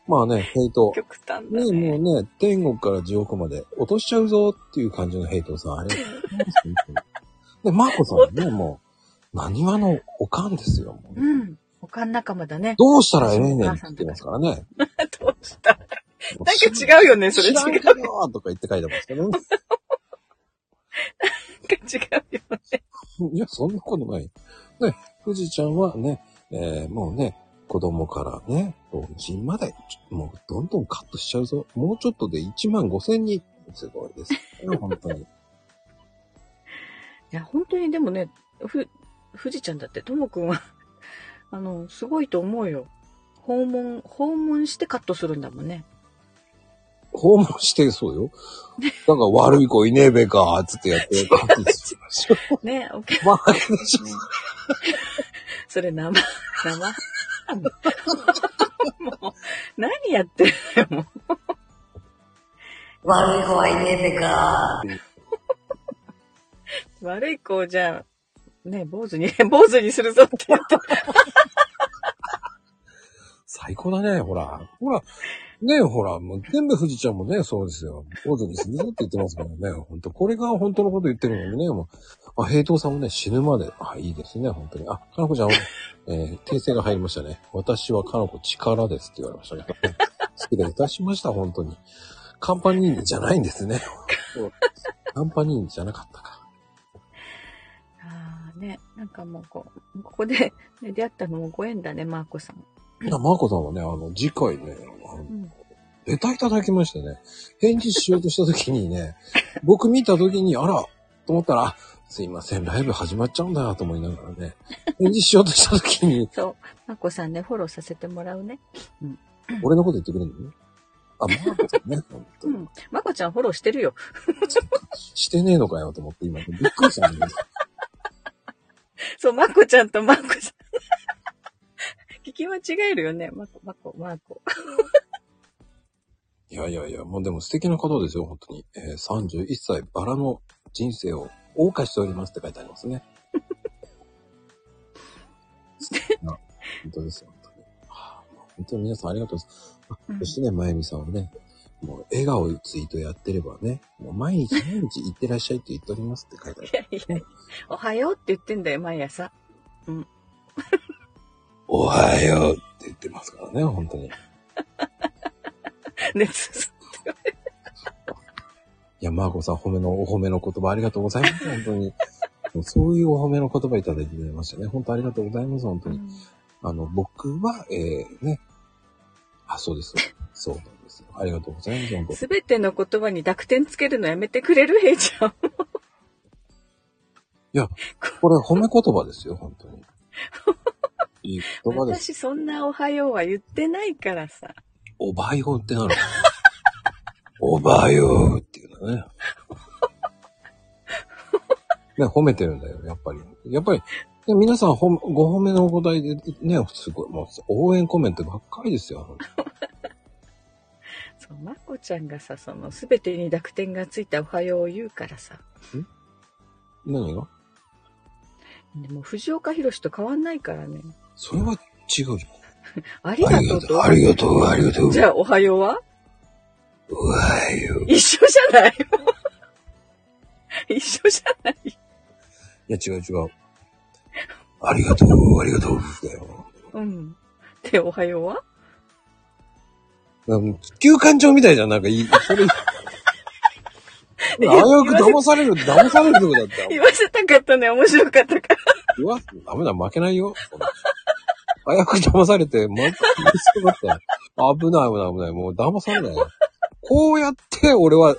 [SPEAKER 3] まあね、ヘイト。
[SPEAKER 4] 極端だ
[SPEAKER 3] ねも
[SPEAKER 4] ね。
[SPEAKER 3] うね、天国から地獄まで落としちゃうぞっていう感じのヘイトさん、あ れ。で、マーコさんはね、もう、何話のおかんですよ。もう
[SPEAKER 4] うん。他の仲間だね。
[SPEAKER 3] どうしたらええねんって言ってますからね。
[SPEAKER 4] どうした
[SPEAKER 3] な
[SPEAKER 4] なんか違うよね、それ
[SPEAKER 3] 知
[SPEAKER 4] 違う。な
[SPEAKER 3] らん
[SPEAKER 4] んか違
[SPEAKER 3] けどとか言って書いてますけど ね。
[SPEAKER 4] うよ。
[SPEAKER 3] いや、そんなことない。ね、富士ちゃんはね、えーもうね、子供からね、老人まで、ちょもうどんどんカットしちゃうぞ。もうちょっとで1万5千人。すごいですね。本当に。
[SPEAKER 4] いや、本当にでもね、ふ、富士ちゃんだって、ともくんは、 あの、すごいと思うよ。訪問、訪問してカットするんだもんね。
[SPEAKER 3] 訪問してそう よ。なんか悪い子いねえべか、つってやってる感じです。
[SPEAKER 4] ね、お客
[SPEAKER 3] まあ、でしょ
[SPEAKER 4] それ生、 生。もう、何やってるのも
[SPEAKER 2] 悪い子はいねえべか。
[SPEAKER 4] う悪い子をじゃあ、ね、坊主に、 坊主にするぞって言って。
[SPEAKER 3] 最高だね、ほら。ほら、ねえ、ほら、もう全部富士ちゃんもね、そうですよ。坊主にするぞって言ってますからね、本当これが本当のこと言ってるのでね、もう、あ、平等さんもね、死ぬまで、あ、いいですね、本当に。あ、かなこち ゃん、えー訂正が入りましたね。私はかなこ力ですって言われましたけど、失礼いたしました、本当に。カンパニーニじゃないんですね。カンパニーニじゃなかったか。
[SPEAKER 4] ああ、ね、なんかもうこう、ここで、ね、出会ったのもご縁だね、マーコさん。
[SPEAKER 3] いや、マーコさんはね、あの、次回ね、あの
[SPEAKER 4] うん。
[SPEAKER 3] レターいただきましてね、返事しようとした時に ね、僕見た時に、あら、と思ったら、あすいません、ライブ始まっちゃうんだと思いながらね、返事しようとした時に、
[SPEAKER 4] そう、マーコさんね、フォローさせてもらうね。
[SPEAKER 3] 俺のこと言ってくれるのね。あ、マーコさんね、本当
[SPEAKER 4] う
[SPEAKER 3] に
[SPEAKER 4] ん。マーコちゃんフォローしてるよ。
[SPEAKER 3] してねえのかよと思って今、びっくりしたんだけど、
[SPEAKER 4] そう、マーコちゃんとマーコさん。 聞き間違えるよね、マーコ、マーコ、マーコ。
[SPEAKER 3] いやいやいや、もうでも素敵な方ですよ、本当に。えー31歳、バラの人生を謳歌しておりますって書いてあります ね。あ本当ですよ、本当に。はあ本当に皆さんありがとうございます。
[SPEAKER 4] うん
[SPEAKER 3] そしてね、まゆみさんはね、もう笑顔ツイートやってればね、もう毎日毎日行ってらっしゃいって言っておりますって書いてある。
[SPEAKER 4] いやいやおはようって言ってんだよ、毎朝。
[SPEAKER 3] おはようって言ってますからね、本当に。い
[SPEAKER 4] ね、そう
[SPEAKER 3] や、マーコさん、褒めの、お褒めの言葉ありがとうございます、本当に。 もうそういうお褒めの言葉いただいてましたね。本当ありがとうございます、本当
[SPEAKER 4] う
[SPEAKER 3] に。
[SPEAKER 4] ん
[SPEAKER 3] あの、僕は、えー、ね。あ、そうです。そうなんですよ。ありがとうございます、本当
[SPEAKER 4] すべての言葉に濁点つけるのやめてくれる、へいちゃん。
[SPEAKER 3] これ褒め言葉ですよ、本当に。いい言葉です。
[SPEAKER 4] 私そんなおはようは言ってないからさ。
[SPEAKER 3] おばようってなる。 おばようっていうのね。 ね、褒めてるんだよ、やっぱり。やっぱり、ね皆さんほんご褒めのお答えで、ね、すごい、もう応援コメントばっかりですよ。
[SPEAKER 4] そう、まこちゃんがさ、そのすべてに濁点がついたおはようを言うからさ。
[SPEAKER 3] 何が
[SPEAKER 4] でも藤岡弘と変わんないからね。
[SPEAKER 3] それは違うじ
[SPEAKER 4] あり
[SPEAKER 3] ゃん。
[SPEAKER 4] がとうと。
[SPEAKER 3] ありがとう、ありがとう。
[SPEAKER 4] じゃあ、おはようは
[SPEAKER 3] おはよう。
[SPEAKER 4] 一緒じゃない 一緒じゃない
[SPEAKER 3] いや、違う違う。ありがとう、ありがとう。だよ。
[SPEAKER 4] うん。で、おは ようは
[SPEAKER 3] なんか地球感情みたいじゃん、なんかいい。そ れ、危うく騙される、騙されるとこだった。
[SPEAKER 4] 言わせたかったね。面白かったから。
[SPEAKER 3] うわ、ダメだ、負けないよ。 早く騙されて、 ま、すごかったよ。危ない、危ない、危ない。もう騙されないよ。こうやって、俺は、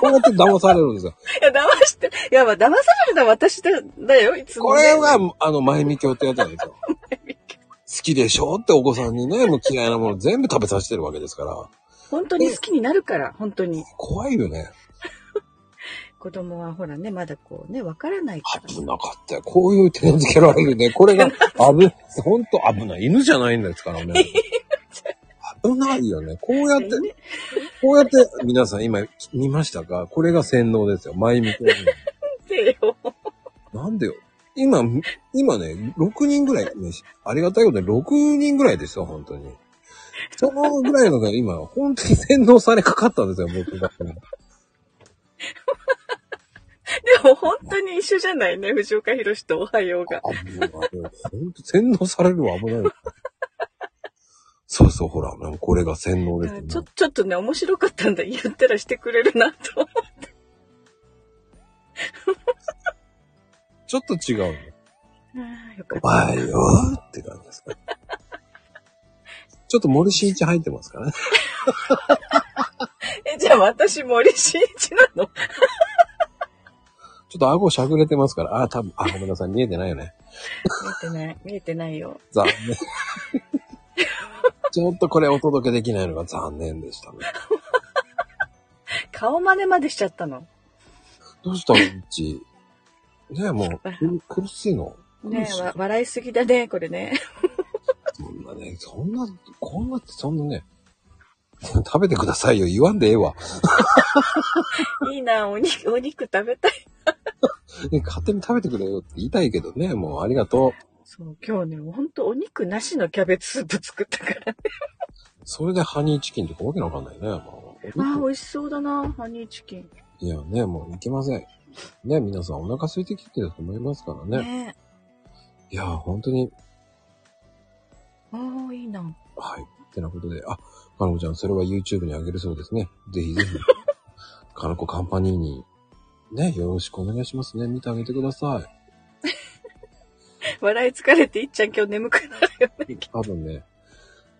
[SPEAKER 3] こうやって騙されるんですよ。
[SPEAKER 4] いや、騙して。いや、まあ騙されるのは私だだよ、いつも
[SPEAKER 3] こ
[SPEAKER 4] ね、
[SPEAKER 3] れが、あの、前見教ってやつなんですよ。好きでしょってお子さんにね、もう嫌いなもの全部食べさせてるわけですから。
[SPEAKER 4] 本当に好きになるから、本当に。
[SPEAKER 3] 怖いよね。
[SPEAKER 4] 子供はほらね、まだこうね、わからないから。
[SPEAKER 3] 危なかったよ。こういう手付けられるね。これが、危、本当危ない。犬じゃないんですからね。危ないよね。こうやって、こうやって、皆さん今見ましたかこれが洗脳ですよ。前見てる
[SPEAKER 4] ってよ。
[SPEAKER 3] の。なんでよ。今、今ね、6人ぐらい、ね、ありがたいことに6人ぐらいですよ、本当に。そのぐらいのが今、本当に洗脳されかかったんですよ、僕が。
[SPEAKER 4] でも本当に一緒じゃないね、藤岡弘とおはようが。
[SPEAKER 3] 危ない。本当洗脳されるわ、危ない。 そうそう、ほら、なんかこれが洗脳ですよね
[SPEAKER 4] ちょ、ちょっとね、面白かったんだ。言ったらしてくれるなと。
[SPEAKER 3] ちょっと違うの。
[SPEAKER 4] あーよかっ
[SPEAKER 3] おはようって感じですか。 ちょっと森進一入ってますからね。
[SPEAKER 4] た。え、じゃあ私、森進一なの
[SPEAKER 3] ちょっと顎しゃぐれてますから。あ、多分、あ、ごめんなさい、見えてないよね。
[SPEAKER 4] 見えてない、見えてないよ。
[SPEAKER 3] 残念。 ちょっとこれお届けできないのが残念でしたね。
[SPEAKER 4] 顔真似までしちゃったの。
[SPEAKER 3] どうしたのうち。ねえ、もう、苦苦しいの。
[SPEAKER 4] ねえ、わ笑いすぎだね、これね。
[SPEAKER 3] そんなね、そんな、こんなってそんなね、 食べてくださいよ、言わんでええわ。
[SPEAKER 4] いいな、お肉、お肉食べたい。
[SPEAKER 3] ね勝手に食べてくれよって言いたいけどね、もうありがとう。
[SPEAKER 4] そう、今日ね、ほんとお肉なしのキャベツスープ作ったから。
[SPEAKER 3] それでハニーチキンとかわけのわかんないね。もう
[SPEAKER 4] ああ、美味しそうだな、ハニーチキン。
[SPEAKER 3] いやね、もういけません。ね、皆さんお腹空いてきてると思いますからね。
[SPEAKER 4] ねえ。
[SPEAKER 3] いや、本当に、
[SPEAKER 4] ああ、いいな。
[SPEAKER 3] はい。ってなことで、あ、かのこちゃん、それは YouTube に上げるそうですね。ぜひぜひ、かのこカンパニーに、ね、よろしくお願いしますね。見てあげてください。
[SPEAKER 4] 笑い疲れて、いっちゃん今日眠くなるよね。
[SPEAKER 3] 多分ね、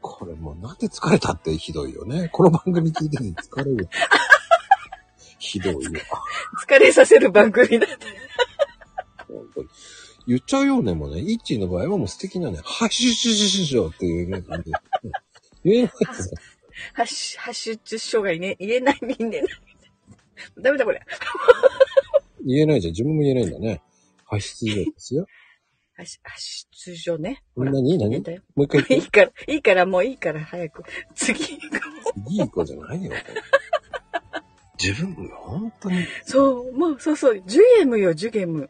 [SPEAKER 3] これもうなんで疲れたってひどいよね。この番組聞いてて疲れる。 ひどいよ。
[SPEAKER 4] 疲れさせる番組だった。
[SPEAKER 3] 本当に言っちゃうよね、もうね。イッチーの場合はもう素敵なね、ハッシュシュシュシュシュっていうね、 感じで。言えないですね
[SPEAKER 4] 発出、発出障害ね、言えない、言えない。 ダメだこれ。
[SPEAKER 3] 言えないじゃん。自分も言えないんだね。発出状ですよ。
[SPEAKER 4] 発発出所ね。ほら
[SPEAKER 3] 何
[SPEAKER 4] 言え
[SPEAKER 3] 何
[SPEAKER 4] たよ
[SPEAKER 3] もう一回
[SPEAKER 4] い
[SPEAKER 3] 言っ
[SPEAKER 4] い
[SPEAKER 3] て。
[SPEAKER 4] から、いいから、もういいから、早く。次。
[SPEAKER 3] いい子じゃないよ。自分、本当に。
[SPEAKER 4] そう、もう、そうそう、ジュゲムよ、ジュゲム。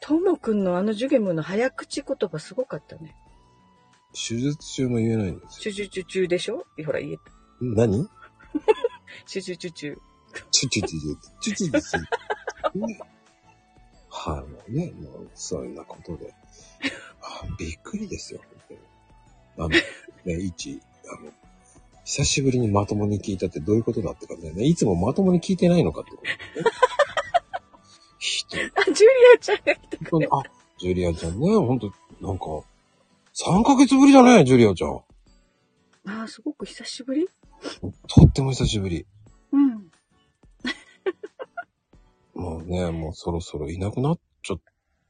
[SPEAKER 4] ともくんのあのジュゲムの早口言葉すごかったね。
[SPEAKER 3] 手術中も言えないんですよ。
[SPEAKER 4] チュチュチュチュでしょほら、言えた。
[SPEAKER 3] 何
[SPEAKER 4] チュチュチュチュ。
[SPEAKER 3] チュチュチュチュ、チュチュチュチュ。ねはい、もうね、もう、そんなことで。あびっくりですよ、本当に。あの、ね、一、あの、久しぶりにまともに聞いたってどういうことだって感じだよね。いつもまともに聞いてないのかってことだよね。ひどい。
[SPEAKER 4] あ、ジュリアちゃんが来た。
[SPEAKER 3] 本当にあ、ジュリアちゃんね、本当なんか、3ヶ月ぶりじゃないジュリアちゃん。
[SPEAKER 4] あー、すごく久しぶり
[SPEAKER 3] とっても久しぶり。
[SPEAKER 4] うん。
[SPEAKER 3] もうね、もうそろそろいなくなっちゃっ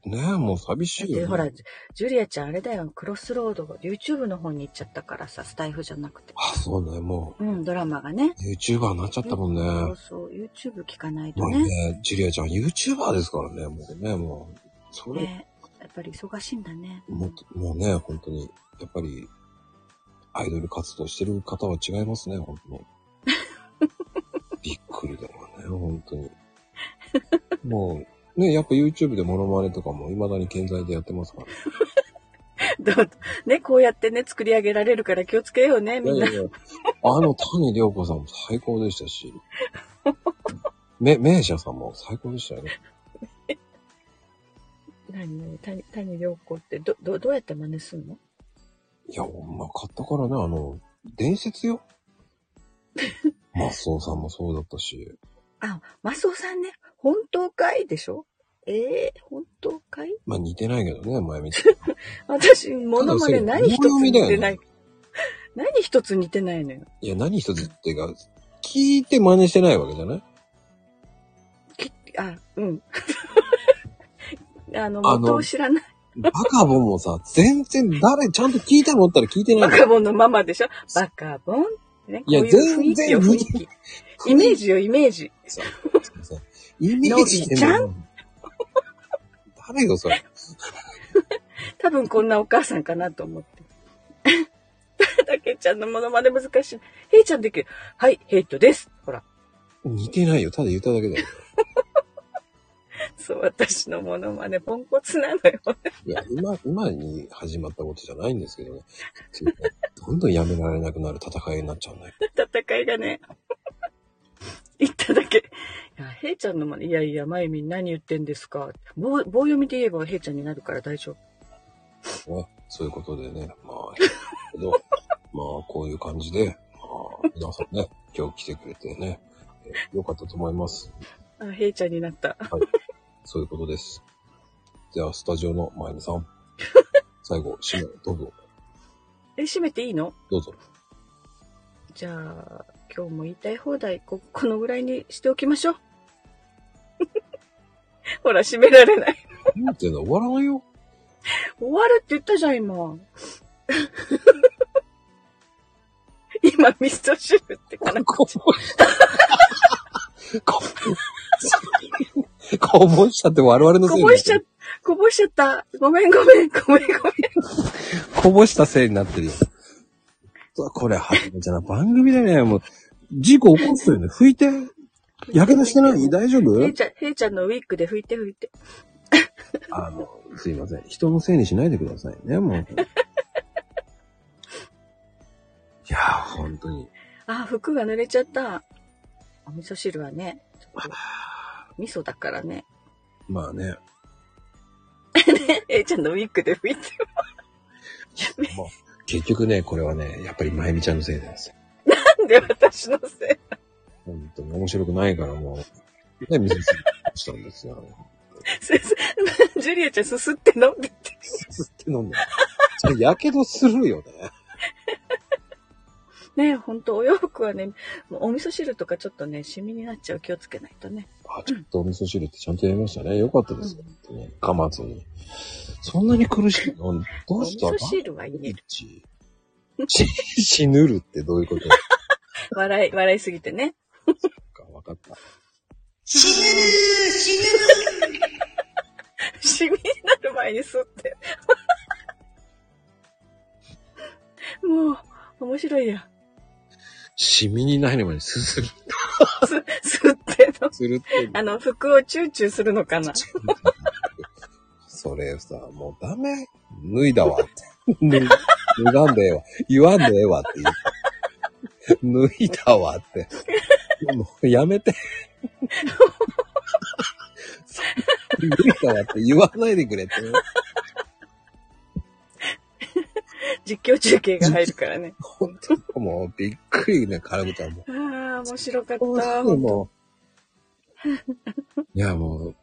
[SPEAKER 3] て、ね、もう寂しいよ、
[SPEAKER 4] で、
[SPEAKER 3] ね。
[SPEAKER 4] ほら、ジュリアちゃんあれだよ、クロスロードが YouTube の方に行っちゃったからさ、スタイフじゃなくて。
[SPEAKER 3] あ、そうね、も
[SPEAKER 4] うん、ドラマがね。
[SPEAKER 3] う、YouTuber になっちゃったもんね。
[SPEAKER 4] そう
[SPEAKER 3] も
[SPEAKER 4] そう、YouTube 聞かないと
[SPEAKER 3] う
[SPEAKER 4] ね。
[SPEAKER 3] ね、ジュリアちゃん YouTuber ですからね、もうね、もう、それ、
[SPEAKER 4] ねやっぱり忙しいんだね。
[SPEAKER 3] もうもうね、本当に、やっぱり、アイドル活動してる方は違いますね、本当 に。びっくりだわね、本当に。もう、ね、やっぱ YouTube でモノマネとかも未だに健在でやってますから。
[SPEAKER 4] どう ね、こうやってね、作り上げられるから気をつけようね、
[SPEAKER 3] いや
[SPEAKER 4] み
[SPEAKER 3] い
[SPEAKER 4] んな
[SPEAKER 3] や。いや、 あの谷涼子さんも最高でしたし、め、名車さんも最高でしたよね。
[SPEAKER 4] 何何谷、谷良子って、ど、ど、どうやって真似すんの
[SPEAKER 3] いや、ほんま買ったからね、あの、伝説 よ。マスオさんもそうだったし、
[SPEAKER 4] あ、マスオさんね、本当かいでしょええ本当かい
[SPEAKER 3] まあ似てないけどね、前みたいに
[SPEAKER 4] 私、モノマネ何一つ似て
[SPEAKER 3] 棒読みだ
[SPEAKER 4] な
[SPEAKER 3] よ
[SPEAKER 4] い。何一つ似てないのよ。
[SPEAKER 3] いや、何一つっていうか、聞いて真似してないわけじゃない
[SPEAKER 4] きあ、うん。 あの、
[SPEAKER 3] あの
[SPEAKER 4] 元を知らない。
[SPEAKER 3] バカボンもさ、全然誰、ちゃんと聞いたのったら聞いてな
[SPEAKER 4] バ
[SPEAKER 3] いの。
[SPEAKER 4] カボンのママでしょバカボンね、こう
[SPEAKER 3] いや
[SPEAKER 4] いう雰囲気よ、雰
[SPEAKER 3] 全然
[SPEAKER 4] 囲気。イメージよ、イメージ。
[SPEAKER 3] さ、すいませんイメージしてんだよ誰よ、それ。
[SPEAKER 4] 多分こんなお母さんかなと思って。たけちゃんのモノマネ難しい。ヘイちゃんできる。はい、ヘイトです。ほら。
[SPEAKER 3] 似てないよ、ただ言っただけだよ。
[SPEAKER 4] そう、私のモノマネポンコツなのよ。
[SPEAKER 3] いや、今、今に始まったことじゃないんですけどね。どんどんやめられなくなる戦いになっちゃうね。
[SPEAKER 4] 戦いがね。言っただけ。いや、ヘイちゃんのマネ、いやいや、まゆみん何言ってんですか。棒棒読みで言えばヘイちゃんになるから大丈夫。
[SPEAKER 3] ねそういうことでね、まあ、けど、まあ、こういう感じで、まあ、皆さんね、今日来てくれてね、えーよかったと思います。
[SPEAKER 4] あ、ヘイちゃんになった。
[SPEAKER 3] そういうことです。では、スタジオの前にさん、最後、締め、どうぞ、
[SPEAKER 4] え、閉めていいの
[SPEAKER 3] どうぞ。
[SPEAKER 4] じゃあ、今日も言いたい放題、こ、このぐらいにしておきましょう。 ほら、閉められない。
[SPEAKER 3] なんていうの、終わらないよ。
[SPEAKER 4] 終わるって言ったじゃん、 今。今、味噌汁ってかな。
[SPEAKER 3] こここぼしたって我々のせい
[SPEAKER 4] こ
[SPEAKER 3] に
[SPEAKER 4] ぼ
[SPEAKER 3] なっ
[SPEAKER 4] しち
[SPEAKER 3] て
[SPEAKER 4] ゃっ
[SPEAKER 3] る。、
[SPEAKER 4] こぼしちゃった。ごめんごめん、ごめんごめん。
[SPEAKER 3] こぼしたせいになってるよ。うわこれ、はじめちゃんな番組だね。もう、事故起こすよね。拭いて。やけどしてない大丈夫
[SPEAKER 4] へいちゃん、へいちゃんのウィッグで拭いて拭いて。
[SPEAKER 3] あの、すいません。人のせいにしないでくださいね、 もう。いやー、本当に。
[SPEAKER 4] あ、服が濡れちゃった。お味噌汁はね、ちょっと味噌だからね。
[SPEAKER 3] まあね。
[SPEAKER 4] へいちゃんのウィッグで拭いて。
[SPEAKER 3] もう結局ね、これはね、やっぱりまゆみちゃんのせいなんですよ。
[SPEAKER 4] なんで私のせい
[SPEAKER 3] 本当に面白くないからもう、ね、見せつしたんですよ。
[SPEAKER 4] すす ジュリアちゃんすすって飲んでて。
[SPEAKER 3] 吸って飲んで。それ、やけどするよね。
[SPEAKER 4] ねほんとお洋服はね、もうお味噌汁とかちょっとね、シミになっちゃう気をつけないとね。
[SPEAKER 3] あ、ちょっとお味噌汁ってちゃんとやりましたね。よかったですよ。ね、噛まずに。そんなに苦しいのど
[SPEAKER 4] お
[SPEAKER 3] う
[SPEAKER 4] 味
[SPEAKER 3] した
[SPEAKER 4] 噌汁は言える。
[SPEAKER 3] 一し死ぬるってどういうこと
[SPEAKER 4] 笑い、笑いすぎてね。
[SPEAKER 3] か分かった。
[SPEAKER 2] 死ぬる死ぬる
[SPEAKER 4] シミになる前に吸って。 もう、面白いや。
[SPEAKER 3] シミにないのにすする、
[SPEAKER 4] す、吸っての。
[SPEAKER 3] するって。
[SPEAKER 4] あの、服をチューチューするのかな。
[SPEAKER 3] それさ、もうダメ。脱いだわって。脱い脱がんでええわ。言わんでええわって言う。脱いだわって。もうやめて。脱いだわって言わないでくれって。
[SPEAKER 4] 実況中継が入るか らね。
[SPEAKER 3] 本当もうびっくりね、カラムちゃんも。
[SPEAKER 4] ああ、面白かっ
[SPEAKER 3] 本
[SPEAKER 4] た。
[SPEAKER 3] 当にもう。いや、もう、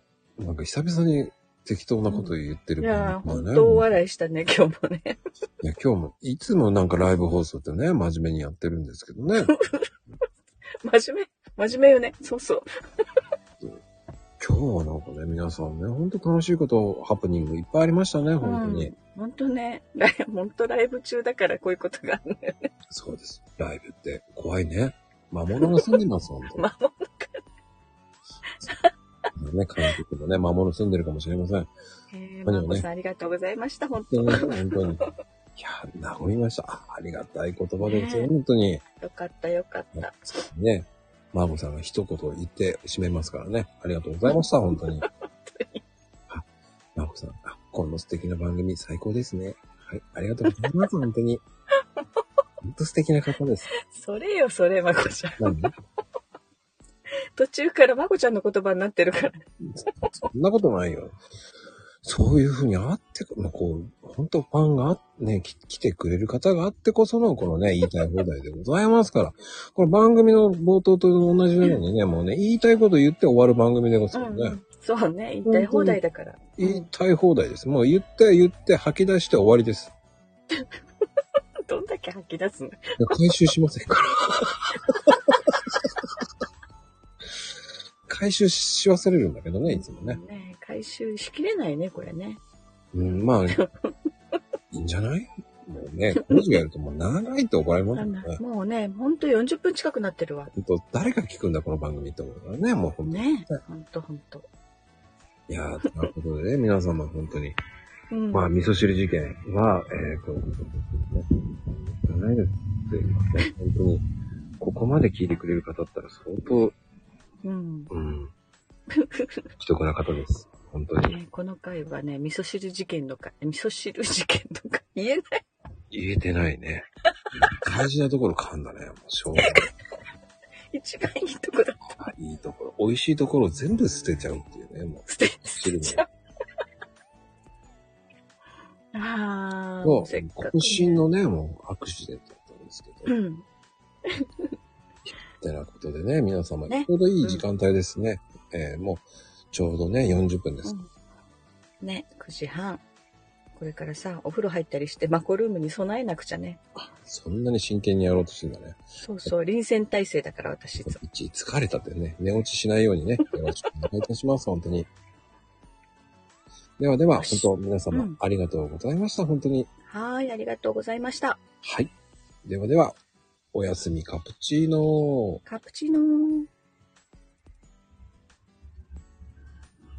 [SPEAKER 3] なんか久々に適当なこと言ってる感
[SPEAKER 4] い
[SPEAKER 3] じ
[SPEAKER 4] やー、
[SPEAKER 3] だね
[SPEAKER 4] 本当大笑いしたね、今日もね。
[SPEAKER 3] いや、今日も、いつもなんかライブ放送ってね、真面目にやってるんですけ どね。
[SPEAKER 4] 真面目、真面目よね。そうそう。
[SPEAKER 3] 今日はなんかね、皆さんね、ほんと楽しいこと、ハプニングいっぱいありましたね、本当に。
[SPEAKER 4] うん。本当ね、 ライ本当ライブ中だからこういうことがあ るのよね。
[SPEAKER 3] そうです。ライブって怖いね。魔物が住んでます、 本当
[SPEAKER 4] 魔物
[SPEAKER 3] に。ね、韓国もね、魔物住んでるかもしれません。
[SPEAKER 4] えー、
[SPEAKER 3] まあでも
[SPEAKER 4] マ
[SPEAKER 3] ね
[SPEAKER 4] コさんありがとうございました。本当
[SPEAKER 3] でね本当に。いや、治りました。あありがたい言葉ですよ、
[SPEAKER 4] ね
[SPEAKER 3] 本当に。
[SPEAKER 4] よかったよかった。
[SPEAKER 3] ね。マーゴさんが一言言って締めますからね。ありがとうございました、本当に。あマーゴさん、あ、この素敵な番組最高ですね。はい、ありがとうございます、本当に。本当素敵な方です。
[SPEAKER 4] それよ、それ、まこちゃん。
[SPEAKER 3] 何
[SPEAKER 4] 途中からまこちゃんの言葉になってるから。
[SPEAKER 3] そんなことないよ。そういうふうにあってこ、まあこう、本当ファンがあね、き来てくれる方があってこその、このね、言いたい放題でございますから。これ番組の冒頭と同じようにね、もうね、言いたいこと言って終わる番組でございますからね。
[SPEAKER 4] うん。そうね、言いたい放題だから。
[SPEAKER 3] 言いたい放題です。もう言って言って吐き出して終わりです。
[SPEAKER 4] どんだけ吐き出すの
[SPEAKER 3] 回収しませんから。 回収し忘れるんだけどね、いつもね。
[SPEAKER 4] ね回収しきれないね、これね。
[SPEAKER 3] うん、 まあ、いいんじゃないもうね、工事がやるともう長いって怒られますよね。
[SPEAKER 4] もうね、ほんと40分近くなってるわ。
[SPEAKER 3] ほんと、誰が聞くんだ、この番組って思うからね、もうほんと。
[SPEAKER 4] ねほんとほんと。
[SPEAKER 3] いやー、ということでね、皆様本当に。
[SPEAKER 4] うん。
[SPEAKER 3] まあ、味噌汁事件は、えー、こういうことですね。じゃないです。すいません。本当に、ここまで聞いてくれる方だったら相当、
[SPEAKER 4] うん。
[SPEAKER 3] うん、既得な方です。本当に。
[SPEAKER 4] ね、この回はね、味噌汁事件の回、味噌汁事件とか言えない。
[SPEAKER 3] 言えてないね。大事なところ噛んだね。もうしょうがない。
[SPEAKER 4] 一番いいとこだ。
[SPEAKER 3] あいいところ。美味しいところを全部捨てちゃうっていうね。も
[SPEAKER 4] 捨て、
[SPEAKER 3] う、
[SPEAKER 4] 捨
[SPEAKER 3] 汁
[SPEAKER 4] て
[SPEAKER 3] も。
[SPEAKER 4] ちゃう。ああ、
[SPEAKER 3] そ
[SPEAKER 4] も
[SPEAKER 3] う
[SPEAKER 4] うせっかく、
[SPEAKER 3] 渾身のね、もうアクシデントだったんですけ
[SPEAKER 4] う
[SPEAKER 3] ど。っ
[SPEAKER 4] ん。
[SPEAKER 3] てなことでね、皆様、
[SPEAKER 4] ね
[SPEAKER 3] ちょうどいい時間帯ですね。えーもう、ちょうどね、40分です。
[SPEAKER 4] うん、ね、9時半。これからさ、お風呂入ったりして、マコルームに備えなくちゃね。
[SPEAKER 3] そんなに真剣にやろうとしてんだね。
[SPEAKER 4] そうそう、臨戦態勢だから私いつも。
[SPEAKER 3] 一疲れたってね、寝落ちしないようにね、よろしくお願いいたします、本当に。ではでは、
[SPEAKER 4] よ
[SPEAKER 3] 本
[SPEAKER 4] し
[SPEAKER 3] 当皆様、
[SPEAKER 4] うん
[SPEAKER 3] ありがとうございました、本当に。
[SPEAKER 4] はーい、ありがとうございました。
[SPEAKER 3] はい。ではでは、おやすみカプチーノー。
[SPEAKER 4] カプチーノー。